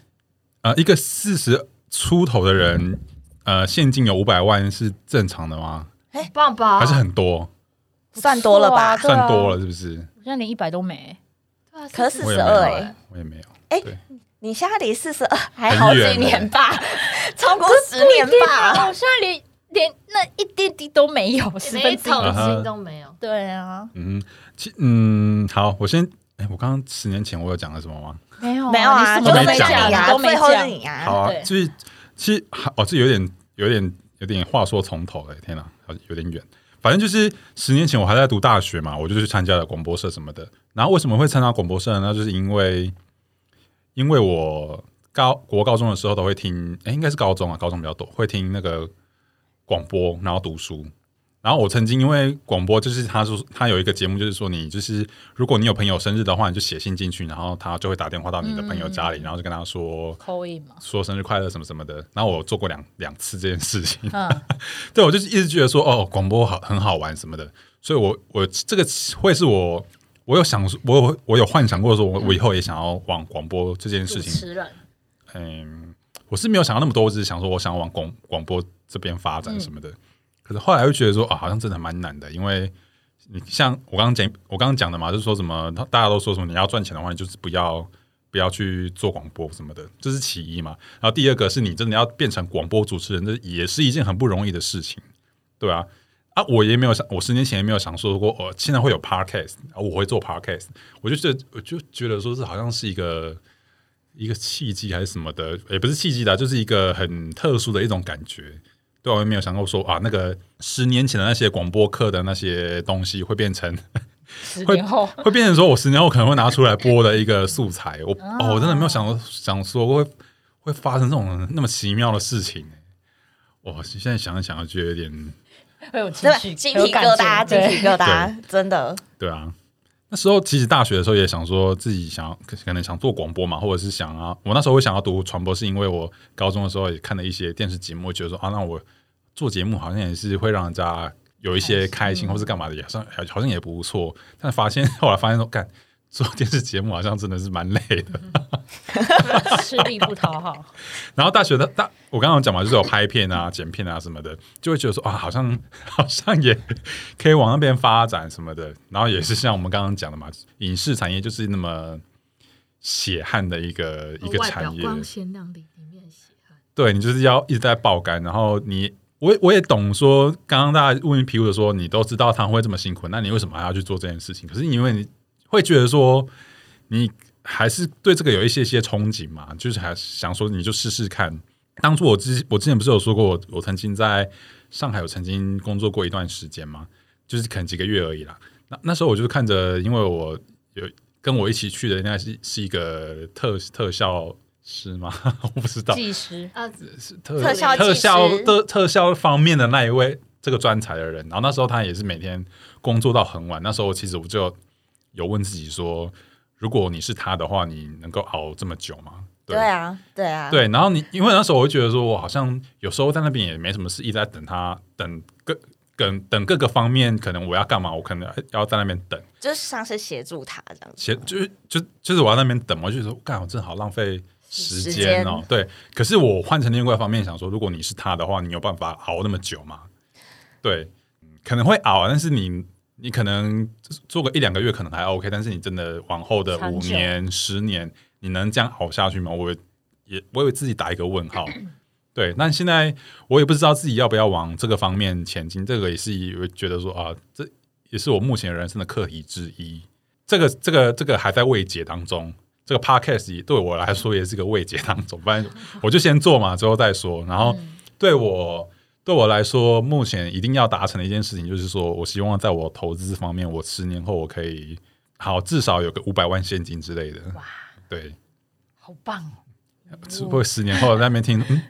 [SPEAKER 1] 呃，一个四十出头的人，呃，现金有五百万是正常的吗？
[SPEAKER 3] 哎
[SPEAKER 2] 棒吧？
[SPEAKER 1] 还是很多，
[SPEAKER 3] 算多了吧？
[SPEAKER 4] 不啊错啊对
[SPEAKER 1] 算
[SPEAKER 4] 啊
[SPEAKER 1] 多了是不是？
[SPEAKER 4] 我现在连一百都没。
[SPEAKER 2] 对啊
[SPEAKER 3] 可是
[SPEAKER 1] 我也没
[SPEAKER 3] 42
[SPEAKER 1] 有
[SPEAKER 3] 哎，
[SPEAKER 1] 我也没有。
[SPEAKER 3] 你现在离四十二还好几 年吧，超过十年吧。
[SPEAKER 4] 啊我现在连连那一滴滴都没有，十
[SPEAKER 2] 连
[SPEAKER 4] 分
[SPEAKER 2] 一
[SPEAKER 4] 之一。
[SPEAKER 2] 桶
[SPEAKER 1] 啊
[SPEAKER 3] Uh-huh
[SPEAKER 1] 哈
[SPEAKER 2] 金都没有。
[SPEAKER 4] 对啊，
[SPEAKER 1] 嗯，其嗯，好，我先，哎、我刚刚十年前我有讲了什么吗？
[SPEAKER 4] 没有
[SPEAKER 3] 没有啊，
[SPEAKER 4] 哦你
[SPEAKER 3] 就
[SPEAKER 4] 什么
[SPEAKER 1] 都没
[SPEAKER 3] 是
[SPEAKER 1] 讲
[SPEAKER 3] 你
[SPEAKER 4] 你
[SPEAKER 3] 啊，
[SPEAKER 4] 都没
[SPEAKER 3] 最后是
[SPEAKER 4] 讲。
[SPEAKER 3] 你啊。
[SPEAKER 1] 好啊
[SPEAKER 4] 对，
[SPEAKER 1] 就是其实哦，这有点有点有点话说从头了，天哪，好有点远。反正就是十年前我还在读大学嘛，我就去参加了广播社什么的。然后为什么会参加广播社呢？那就是因为因为我高国高中的时候都会听，哎、应该是高中啊，高中比较多会听那个广播，然后读书。然后我曾经因为广播，就是他说他有一个节目，就是说你就是如果你有朋友生日的话，你就写信进去，然后他就会打电话到你的朋友家里，然后就跟他说
[SPEAKER 4] 扣印嘛，
[SPEAKER 1] 说生日快乐什么什么的，然后我做过两两次这件事情，
[SPEAKER 4] 嗯，
[SPEAKER 1] 对我就是一直觉得说哦，广播好很好玩什么的，所以我我这个会是我我有想我有我有幻想过说我我以后也想要往广播这件
[SPEAKER 4] 主
[SPEAKER 1] 事情，
[SPEAKER 4] 持人
[SPEAKER 1] 嗯，我是没有想到那么多，我只是想说我想往广广播这边发展什么的，可是后来又觉得说啊，好像真的蛮难的，因为你像我刚刚讲我刚刚讲的嘛，就是说什么大家都说什么你要赚钱的话，你就是不要不要去做广播什么的，这是其一嘛。然后第二个是你真的要变成广播主持人，这也是一件很不容易的事情，对啊。啊，我也没有想，我十年前也没有想说过，哦，现在会有 podcast，啊我会做 podcast，我就觉得，我就觉得说是好像是一个一个契机还是什么的，也不是契机啦，就是一个很特殊的一种感觉。对啊，我也没有想过说啊，那个十年前的那些广播课的那些东西会变成
[SPEAKER 4] 十
[SPEAKER 1] 会
[SPEAKER 4] 年后，
[SPEAKER 1] 会变成说我十年后可能会拿出来播的一个素材。我、哦，我真的没有想过想说会会发生这种那么奇妙的事情、哇，现在想一想，觉得有点
[SPEAKER 4] 会有情
[SPEAKER 3] 对，
[SPEAKER 4] 绪，
[SPEAKER 3] 鸡
[SPEAKER 4] 会有
[SPEAKER 3] 皮
[SPEAKER 4] 感
[SPEAKER 3] 疙
[SPEAKER 4] 觉
[SPEAKER 3] 瘩，鸡
[SPEAKER 4] 对
[SPEAKER 3] 皮疙瘩，真的。
[SPEAKER 1] 对啊。那时候其实大学的时候也想说自己想要可可能想做广播嘛，或者是想要我那时候会想要读传播，是因为我高中的时候也看了一些电视节目，觉得说啊，那我做节目好像也是会让人家有一些开心，或是干嘛的，也好像好像也不错。但发现后来发现说，干做电视节目好像真的是蛮累的。
[SPEAKER 4] 吃力不 讨好。
[SPEAKER 1] 然后大学的大，我刚刚有讲嘛，就是有拍片啊、剪片啊什么的，就会觉得说啊，好像好像也可以往那边发展什么的。然后也是像我们刚刚讲的嘛，影视产业就是那么血汗的一个一个
[SPEAKER 2] 外表
[SPEAKER 1] 产业，
[SPEAKER 2] 光鲜亮丽，里面写
[SPEAKER 1] 对你就是要一直在爆肝，然后你。我也我也懂说，刚刚大家问皮肤的说，你都知道他会这么辛苦，那你为什么还要去做这件事情？可是因为你会觉得说，你还是对这个有一些些憧憬嘛，就是还想说你就试试看。当初我之我之前不是有说过，我我曾经在上海有曾经工作过一段时间嘛，就是可能几个月而已啦。那那时候我就是看着，因为我有跟我一起去的，应该是是一个特特效师吗？ 我不知道，
[SPEAKER 4] 技师
[SPEAKER 2] 啊，
[SPEAKER 1] 是特
[SPEAKER 3] 特效技
[SPEAKER 1] 特
[SPEAKER 3] 师
[SPEAKER 1] 效特特效方面的那一位这个专才的人，然后那时候他也是每天工作到很晚。那时候其实我就有问自己说，如果你是他的话，你能够熬这么久吗？
[SPEAKER 3] 对啊，对啊，
[SPEAKER 1] 对，然后你因为那时候我会觉得说，我好像有时候在那边也没什么事，一直在等他，等各等等各个方面，可能我要干嘛，我可能要在那边等，
[SPEAKER 3] 就是像是协助他这样子。
[SPEAKER 1] 写就是就就是我要在那边等嘛，我就觉得干，我真的好浪费时
[SPEAKER 3] 时
[SPEAKER 1] 间哦。对，可是我换成另外一方面想说，如果你是他的话，你有办法熬那么久吗？对，嗯可能会熬，但是你你可能做个一两个月可能还 OK，但是你真的往后的
[SPEAKER 4] 长
[SPEAKER 1] 五
[SPEAKER 4] 久
[SPEAKER 1] 年、十年，你能这样熬下去吗？我也我也为自己打一个问号。对，那现在我也不知道自己要不要往这个方面前进，这个也是也会觉得说啊，这也是我目前人生的课题之一。这个这个这个还在未解当中，这个 podcast 也对我来说也是个未解当中，反正我就先做嘛，之后再说。然后
[SPEAKER 4] 嗯
[SPEAKER 1] 对我对我来说，目前一定要达成的一件事情，就是说我希望在我投资方面，我十年后我可以好至少有个五百万现金之类的。
[SPEAKER 4] 哇，
[SPEAKER 1] 对，
[SPEAKER 4] 好棒哦！
[SPEAKER 1] 只不过十年后在那边 听，嗯，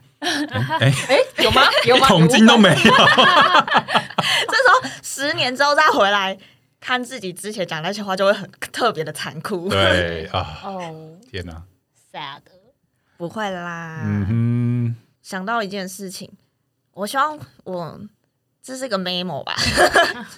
[SPEAKER 1] 哎、
[SPEAKER 4] 哎，有 吗？有
[SPEAKER 1] 一桶金都没有。
[SPEAKER 3] 这时候十年之后再回来看自己之前讲那些话，就会很特别的残酷。，
[SPEAKER 1] 对啊，
[SPEAKER 4] 哦
[SPEAKER 1] 天哪、
[SPEAKER 4] ，sad。
[SPEAKER 3] 不会啦。
[SPEAKER 1] 嗯
[SPEAKER 3] 想到一件事情，我希望我这是个 memo 吧，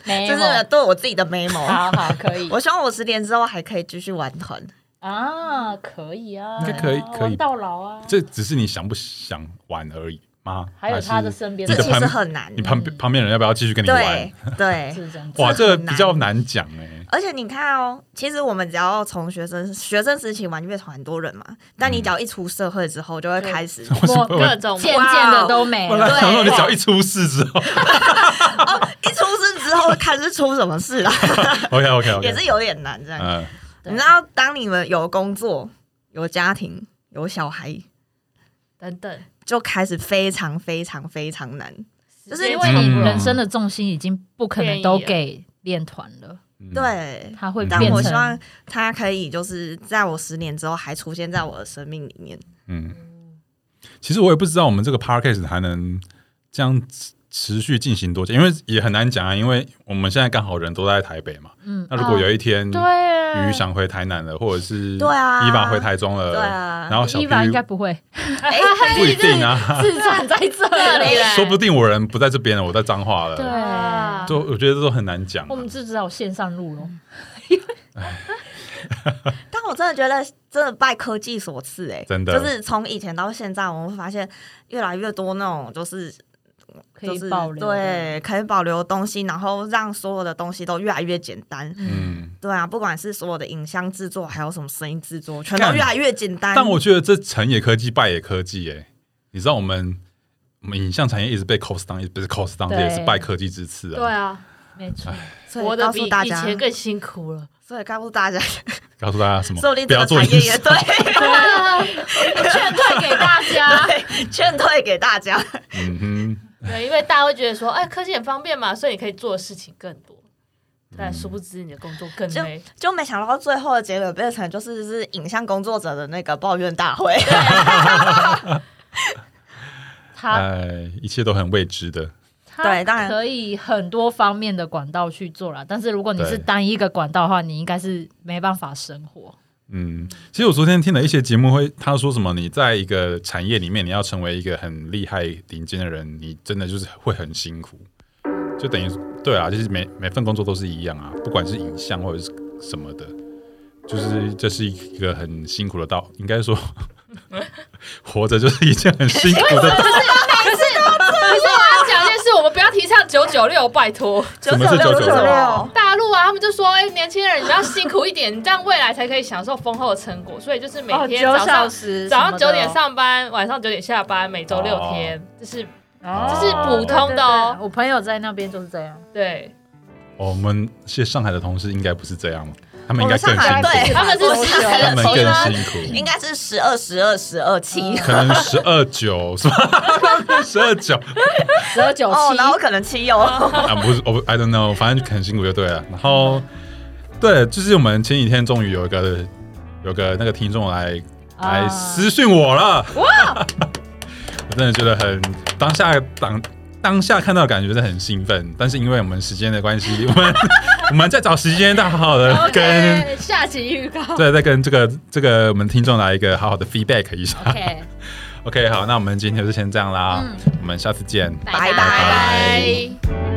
[SPEAKER 4] 没
[SPEAKER 3] 这
[SPEAKER 4] 有，
[SPEAKER 3] 是对我自己的 memo。
[SPEAKER 4] 好好可以。
[SPEAKER 3] 我希望我十年之后还可以继续玩团，
[SPEAKER 4] 啊，可以啊，
[SPEAKER 1] 应该可以
[SPEAKER 4] 玩
[SPEAKER 1] 可以
[SPEAKER 4] 到老啊。
[SPEAKER 1] 这只是你想不想玩而已吗？
[SPEAKER 4] 还有
[SPEAKER 1] 是
[SPEAKER 4] 他的身边
[SPEAKER 1] 你
[SPEAKER 3] 这
[SPEAKER 1] 的
[SPEAKER 3] 其实
[SPEAKER 1] 旁
[SPEAKER 3] 很难
[SPEAKER 1] 你。旁边旁边人要不要继续跟你玩
[SPEAKER 3] 对？对，
[SPEAKER 4] 是这样子，
[SPEAKER 1] 哇，这
[SPEAKER 3] 这很
[SPEAKER 1] 比
[SPEAKER 3] 难
[SPEAKER 1] 较难讲哎。
[SPEAKER 3] 而且你看哦，其实我们只要从学生学生时期玩乐团，很多人嘛。但你
[SPEAKER 1] 嗯
[SPEAKER 3] 只要一出社会之后，就会开始
[SPEAKER 1] 我是
[SPEAKER 4] 我
[SPEAKER 1] 我
[SPEAKER 2] 各种
[SPEAKER 4] 渐
[SPEAKER 3] 哇
[SPEAKER 4] 渐的都没
[SPEAKER 1] 本
[SPEAKER 4] 了。
[SPEAKER 1] 来想说你只要
[SPEAKER 3] 哎对
[SPEAKER 1] 一出事之 后
[SPEAKER 3] 一出生之后看是出什么事了，
[SPEAKER 1] ，OK OK OK，
[SPEAKER 3] 也是有点难这样。
[SPEAKER 1] 嗯，
[SPEAKER 4] 对
[SPEAKER 3] 你知道，当你们有工作、有家庭、有小孩，
[SPEAKER 2] 等等，
[SPEAKER 3] 就开始非常非常非常难。就是
[SPEAKER 4] 因
[SPEAKER 2] 因
[SPEAKER 4] 为
[SPEAKER 2] 为
[SPEAKER 4] 你
[SPEAKER 1] 嗯
[SPEAKER 4] 人生的重心已经不可能都给练团了，
[SPEAKER 1] 嗯，
[SPEAKER 3] 对，
[SPEAKER 4] 它会
[SPEAKER 1] 嗯
[SPEAKER 4] 变
[SPEAKER 3] 但
[SPEAKER 4] 成。
[SPEAKER 3] 我希望他可以就是在我十年之后还出现在我的生命里面。
[SPEAKER 1] 嗯，其实我也不知道我们这个 podcast 还能嗯这样持持续进行多久，因为也很难讲啊，因为我们现在刚好人都在台北嘛。
[SPEAKER 4] 嗯
[SPEAKER 1] 那如果有一天
[SPEAKER 4] 对，
[SPEAKER 1] 鱼想回台南了，或者是
[SPEAKER 3] 对啊
[SPEAKER 1] 伊娃回台中了，
[SPEAKER 3] 对啊
[SPEAKER 1] 然后小
[SPEAKER 4] 伊娃
[SPEAKER 1] B
[SPEAKER 4] 应该不会，
[SPEAKER 3] 哎、
[SPEAKER 1] 不一定啊，
[SPEAKER 4] 自转在这
[SPEAKER 2] 里
[SPEAKER 4] 里
[SPEAKER 2] 来
[SPEAKER 1] 说不定我人不在这边了，我在彰化
[SPEAKER 3] 啊
[SPEAKER 1] 了，
[SPEAKER 4] 对，
[SPEAKER 1] 就我觉得这都很难讲啊。
[SPEAKER 4] 我们就只好线上录咯。
[SPEAKER 3] 但我真的觉得，真的拜科技所赐、哎，
[SPEAKER 1] 真的
[SPEAKER 3] 就是从以前到现在，我们会发现越来越多那种就是
[SPEAKER 4] 可
[SPEAKER 3] 就
[SPEAKER 4] 以
[SPEAKER 3] 是
[SPEAKER 4] 保留的。
[SPEAKER 3] 对可以保留的东西，然后让所有的东西都越来越简单。
[SPEAKER 1] 嗯，
[SPEAKER 3] 对啊，不管是所有的影像制作，还有什么声音制作，全都
[SPEAKER 1] 干
[SPEAKER 3] 越来越简单。
[SPEAKER 1] 但我觉得这成也科技，败也科技、欸。你知道我们我们影像产业一直被 cost down，一直被 cost down，
[SPEAKER 4] 对
[SPEAKER 1] 这也是拜科技之赐啊。
[SPEAKER 2] 对啊，
[SPEAKER 4] 没错，
[SPEAKER 3] 所
[SPEAKER 2] 活
[SPEAKER 3] 以
[SPEAKER 2] 得
[SPEAKER 3] 告
[SPEAKER 2] 比
[SPEAKER 3] 诉大
[SPEAKER 2] 以
[SPEAKER 3] 家，
[SPEAKER 2] 前更辛苦了。
[SPEAKER 3] 所以告诉大家，
[SPEAKER 1] 告诉大家什么
[SPEAKER 3] 说不定？
[SPEAKER 1] 不
[SPEAKER 3] 这
[SPEAKER 1] 要
[SPEAKER 3] 个
[SPEAKER 1] 做
[SPEAKER 3] 产业
[SPEAKER 1] 影
[SPEAKER 3] 也
[SPEAKER 1] 视。
[SPEAKER 3] 对
[SPEAKER 2] 啊
[SPEAKER 4] 劝退给大 家。
[SPEAKER 3] 对，劝退给大家。
[SPEAKER 1] 嗯哼，
[SPEAKER 2] 对，因为大家会觉得说，哎，科技很方便嘛，所以你可以做的事情更多。
[SPEAKER 1] 嗯
[SPEAKER 2] 但殊不知你的工作更
[SPEAKER 3] 就
[SPEAKER 2] 累，
[SPEAKER 3] 就没想到最后的结果变成就是是影像工作者的那个抱怨 大会。
[SPEAKER 4] 他
[SPEAKER 1] 哎，一切都很未知的。
[SPEAKER 4] 他
[SPEAKER 3] 对当然
[SPEAKER 4] 可以很多方面的管道去做啦，但是如果你
[SPEAKER 1] 对
[SPEAKER 4] 是单一个管道的话，你应该是没办法生活。
[SPEAKER 1] 嗯，其实我昨天听了一些节目会，他说什么？你在一个产业里面，你要成为一个很厉害顶尖的人，你真的就是会很辛苦。就等于对啊，就是每每份工作都是一样啊，不管是影像或者是什么的，就是这是一个很辛苦的道，应该说 活着就是一件很辛苦的 道。
[SPEAKER 2] 可是我要讲一件事，我们不要提倡九九六，拜托。
[SPEAKER 1] 什么是九九
[SPEAKER 3] 六？
[SPEAKER 2] 大陆啊，他们就说，哎、年轻人你们要辛苦一点，你这样未来才可以享受丰厚的成果。所以就是每天早上、
[SPEAKER 4] 哦时
[SPEAKER 2] 早上九点，上班，晚上九点下班，每周六天，就是
[SPEAKER 1] 这是普
[SPEAKER 2] 通的哦
[SPEAKER 4] 对对对我朋友在那边就是这样，
[SPEAKER 2] 对，
[SPEAKER 1] 哦我们是上海的同事，应该不是这样吗？他们应该
[SPEAKER 3] 我们
[SPEAKER 1] 更
[SPEAKER 3] 上海
[SPEAKER 1] 辛
[SPEAKER 3] 对
[SPEAKER 1] 苦，
[SPEAKER 2] 他们是十
[SPEAKER 1] 他们
[SPEAKER 2] 七
[SPEAKER 1] 更
[SPEAKER 2] 呢，
[SPEAKER 1] 辛苦，
[SPEAKER 3] 应该是十二、十二、十二七。
[SPEAKER 1] 可能十二九 是吧？十二九
[SPEAKER 4] 十二九
[SPEAKER 3] 哦，然后
[SPEAKER 4] 七，
[SPEAKER 3] 可能七
[SPEAKER 2] 嗯
[SPEAKER 3] 哦，
[SPEAKER 1] 啊，不是，我不 I don't know，反正很辛苦就对了。然后，对，就是我们前几天终于有一个有个那个听众来
[SPEAKER 4] 啊
[SPEAKER 1] 来私讯我了，哇！ 我真的觉得很当下当当下看到的感觉真的很兴奋，但是因为我们时间的关系，我 们我们再找时间，再好好的跟
[SPEAKER 4] OK，下集预告。
[SPEAKER 1] 再再跟这个这个我们听众来一个好好的 feedback 一下。
[SPEAKER 4] OK，
[SPEAKER 1] OK，好，那我们今天就先这样啦，
[SPEAKER 4] 嗯
[SPEAKER 1] 我们下次见。
[SPEAKER 3] 拜
[SPEAKER 4] 拜
[SPEAKER 1] 拜
[SPEAKER 2] 拜。